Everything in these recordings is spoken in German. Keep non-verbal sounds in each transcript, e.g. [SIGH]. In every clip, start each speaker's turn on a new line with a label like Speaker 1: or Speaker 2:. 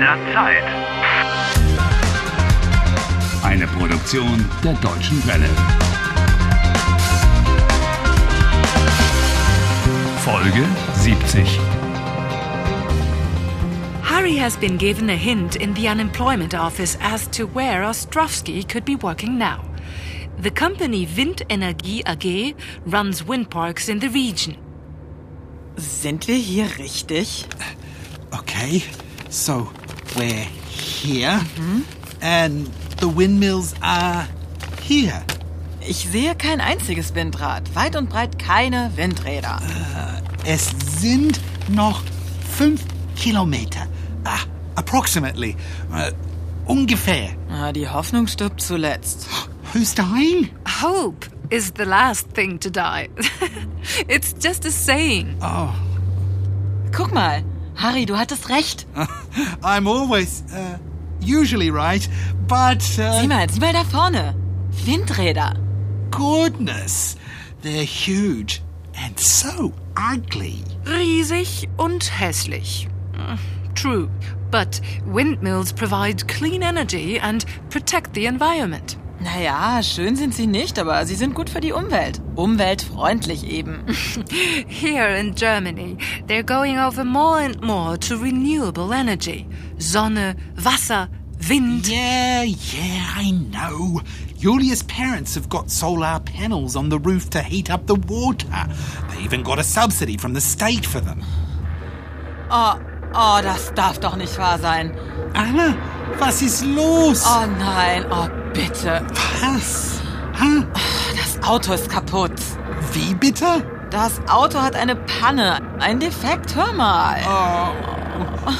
Speaker 1: der Zeit.
Speaker 2: Eine Produktion der Deutschen Welle. Folge 70.
Speaker 3: Harry has been given a hint in the unemployment office as to where Ostrovsky could be working now. The company Wind Energie AG runs wind parks in the region.
Speaker 4: Sind wir hier richtig?
Speaker 5: Okay, so we're here, and the windmills are here.
Speaker 4: Ich sehe kein einziges Windrad. Weit und breit keine Windräder.
Speaker 5: Es sind noch fünf Kilometer. Ah, approximately. Äh, ungefähr.
Speaker 4: Ah, Die Hoffnung stirbt zuletzt.
Speaker 5: Who's dying? [LAUGHS]
Speaker 3: Hope is the last thing to die. [LAUGHS] it's just a saying.
Speaker 4: Guck mal, Harry, du hattest recht.
Speaker 5: I'm always, uh, usually right, but
Speaker 4: Sieh
Speaker 5: uh,
Speaker 4: mal, sieh mal da vorne. Windräder.
Speaker 5: goodness, they're huge and so ugly.
Speaker 3: Riesig und hässlich. Mm, True, but windmills provide clean energy and protect the environment.
Speaker 4: Naja, schön sind sie nicht, aber sie sind gut für die Umwelt. Umweltfreundlich eben. [LAUGHS]
Speaker 3: [LAUGHS] Here in Germany, they're going over more and more to renewable energy. Sonne, Wasser, Wind.
Speaker 5: [LAUGHS] Yeah, yeah, I know. Julia's parents have got solar panels on the roof to heat up the water. They even got a subsidy from the state for them.
Speaker 4: Oh, oh, das darf doch nicht wahr sein.
Speaker 5: Anna, was ist los?
Speaker 4: Oh nein, oh bitte.
Speaker 5: Was? Huh?
Speaker 4: Das Auto ist kaputt.
Speaker 5: Wie bitte?
Speaker 4: Das Auto hat eine Panne. Ein Defekt, hör mal.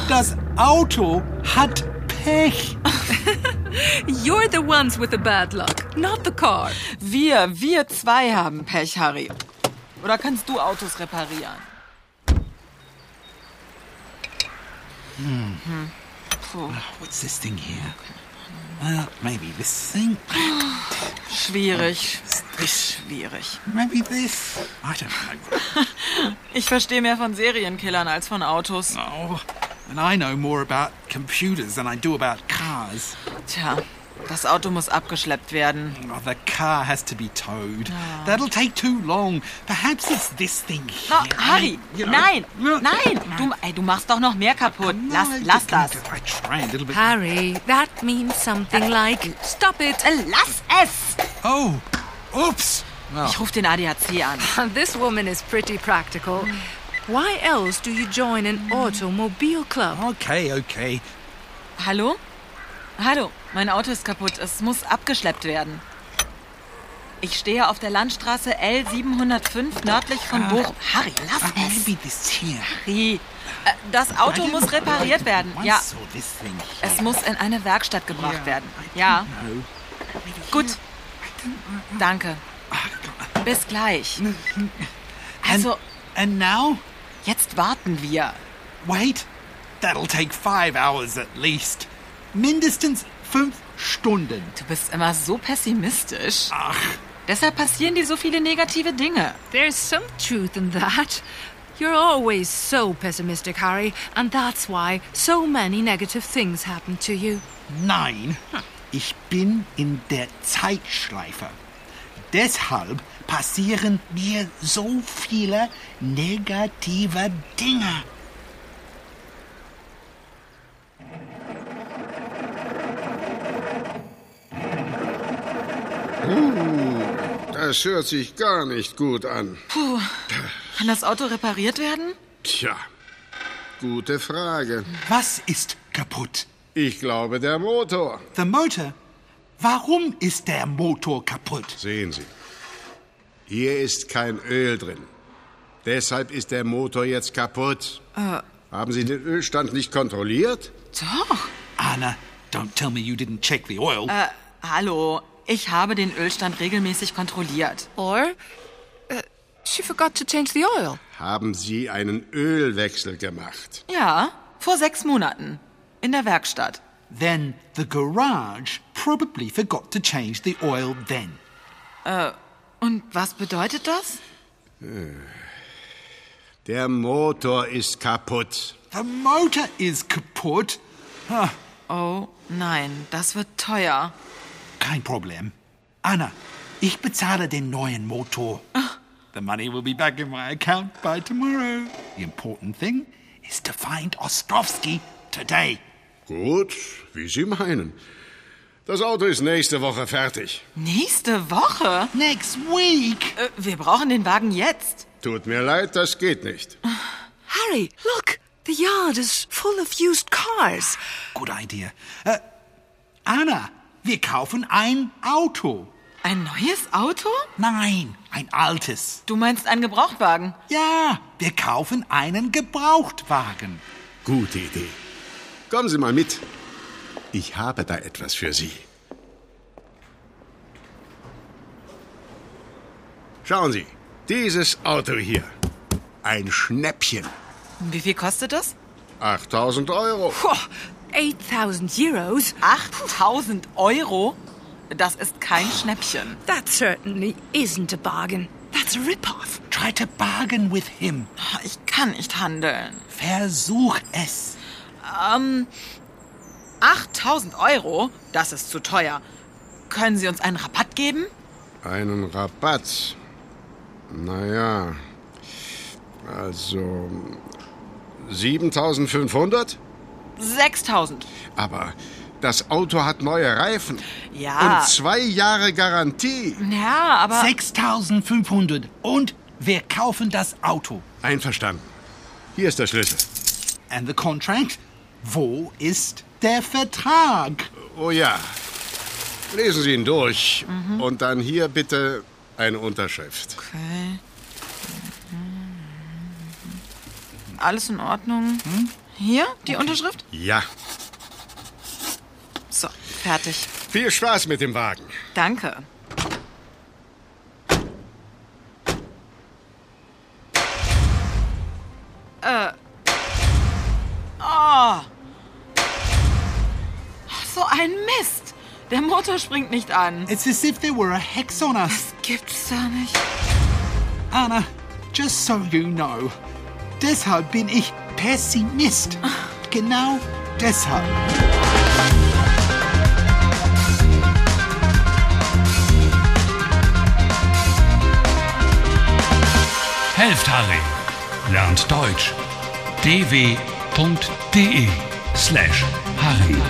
Speaker 5: Das Auto hat Pech.
Speaker 3: You're the ones with the bad luck, not the car.
Speaker 4: Wir, wir zwei haben Pech, Harry. Oder kannst du Autos reparieren? Puh,
Speaker 5: What's this thing here? Well, maybe this thing.
Speaker 4: schwierig, schwierig.
Speaker 5: Maybe this. I don't know.
Speaker 4: Ich verstehe mehr von Serienkillern als von Autos.
Speaker 5: Oh, and I know more about computers than I do about cars.
Speaker 4: Tja, das Auto muss abgeschleppt werden.
Speaker 5: Oh, the car has to be towed. That'll take too long. Perhaps it's this thing here.
Speaker 4: Na, Harry,
Speaker 5: You know?
Speaker 4: nein,
Speaker 5: No.
Speaker 4: nein, du, ey, du machst doch noch mehr kaputt.
Speaker 5: No,
Speaker 4: Lass,
Speaker 5: I
Speaker 4: lass das.
Speaker 5: didn't. I tried a little bit.
Speaker 3: Harry, that means something like stop it.
Speaker 4: Lass es!
Speaker 5: Oh, oops. Oh,
Speaker 4: Ich rufe den ADAC an.
Speaker 3: [LAUGHS] This woman is pretty practical. Why else do you join an automobile club?
Speaker 5: Okay, okay.
Speaker 4: Hallo? Hallo, mein Auto ist kaputt. Es muss abgeschleppt werden. Ich stehe auf der Landstraße L705 nördlich von Bochum. Harry, lass
Speaker 5: Uh,
Speaker 4: es.
Speaker 5: maybe this here.
Speaker 4: Harry, äh, das Auto
Speaker 5: I
Speaker 4: muss
Speaker 5: didn't
Speaker 4: repariert
Speaker 5: like
Speaker 4: werden.
Speaker 5: once
Speaker 4: Ja,
Speaker 5: saw this thing here.
Speaker 4: es muss in eine Werkstatt gebracht
Speaker 5: Yeah,
Speaker 4: werden.
Speaker 5: I
Speaker 4: Ja,
Speaker 5: don't know.
Speaker 4: gut. Danke. Bis gleich.
Speaker 5: And,
Speaker 4: Also,
Speaker 5: and now,
Speaker 4: jetzt warten wir.
Speaker 5: wait. That'll take five hours at least. Mindestens fünf Stunden.
Speaker 4: Du bist immer so pessimistisch. Ach. Deshalb passieren dir so viele negative Dinge.
Speaker 3: There's some truth in that. You're always so pessimistic, Harry, and that's why so many negative things happen to you.
Speaker 5: Nein, ich bin in der Zeitschleife. Deshalb passieren mir so viele negative Dinge.
Speaker 6: Das hört sich gar nicht gut an.
Speaker 4: Kann das Auto repariert werden?
Speaker 6: Tja, gute Frage.
Speaker 5: Was ist kaputt?
Speaker 6: Ich glaube, der Motor.
Speaker 5: Der Motor? Warum ist der Motor kaputt?
Speaker 6: Sehen Sie, hier ist kein Öl drin. Deshalb ist der Motor jetzt kaputt. Haben Sie den Ölstand nicht kontrolliert?
Speaker 4: Doch.
Speaker 5: Anna, don't tell me you didn't check the oil.
Speaker 4: Hallo, ich habe den Ölstand regelmäßig kontrolliert.
Speaker 5: Oh.
Speaker 3: Or uh, she forgot to change the oil.
Speaker 6: Haben Sie einen Ölwechsel gemacht?
Speaker 4: Ja, vor sechs Monaten. In der Werkstatt.
Speaker 5: Then the garage probably forgot to change the oil then.
Speaker 4: Und was bedeutet das?
Speaker 6: Der Motor ist kaputt.
Speaker 5: The motor is kaputt.
Speaker 4: Oh nein, das wird teuer.
Speaker 5: Kein Problem. Anna, ich bezahle den neuen Motor. The money will be back in my account by tomorrow. The important thing is to find Ostrovsky today.
Speaker 6: Gut, wie Sie meinen. Das Auto ist nächste Woche fertig.
Speaker 4: Nächste Woche?
Speaker 5: Next week!
Speaker 4: Äh, wir brauchen den Wagen jetzt.
Speaker 6: Tut mir leid, das geht nicht.
Speaker 3: Harry, look! The yard is full of used cars.
Speaker 5: Good idea. Äh, Anna, wir kaufen ein Auto.
Speaker 4: Ein neues Auto?
Speaker 5: Nein, ein altes.
Speaker 4: Du meinst einen Gebrauchtwagen?
Speaker 5: Ja, wir kaufen einen Gebrauchtwagen.
Speaker 6: Gute Idee. Kommen Sie mal mit. Ich habe da etwas für Sie. Schauen Sie, dieses Auto hier. Ein Schnäppchen.
Speaker 4: Wie viel kostet das?
Speaker 6: 8000 Euro.
Speaker 3: 8,000 euros?
Speaker 4: 8000 Euro? Das ist kein Schnäppchen.
Speaker 3: That certainly isn't a bargain. That's a ripoff.
Speaker 5: Try to bargain with him.
Speaker 4: Ich kann nicht handeln.
Speaker 5: Versuch es.
Speaker 4: 8000 Euro? Das ist zu teuer. Können Sie uns einen Rabatt geben?
Speaker 6: Einen Rabatt. Naja. Also. 7500?
Speaker 4: 6000.
Speaker 6: Aber das Auto hat neue Reifen.
Speaker 4: Ja.
Speaker 6: Und zwei Jahre Garantie.
Speaker 4: Ja, aber
Speaker 5: 6500 und wir kaufen das Auto.
Speaker 6: Einverstanden. Hier ist der Schlüssel.
Speaker 5: And the contract? Wo ist der Vertrag?
Speaker 6: Oh ja. Lesen Sie ihn durch. Und dann hier bitte eine Unterschrift.
Speaker 4: Okay. Alles in Ordnung. Hier, die Unterschrift?
Speaker 6: Ja.
Speaker 4: So, fertig.
Speaker 6: Viel Spaß mit dem Wagen.
Speaker 4: Danke. Äh. Oh. So ein Mist. Der Motor springt nicht an.
Speaker 5: It's as if there were a hex on us.
Speaker 4: Das gibt's da nicht.
Speaker 5: Anna, just so you know. Deshalb bin ich Pessimist. Genau deshalb.
Speaker 2: Helft Harry. Lernt Deutsch. dw.de slash Harry.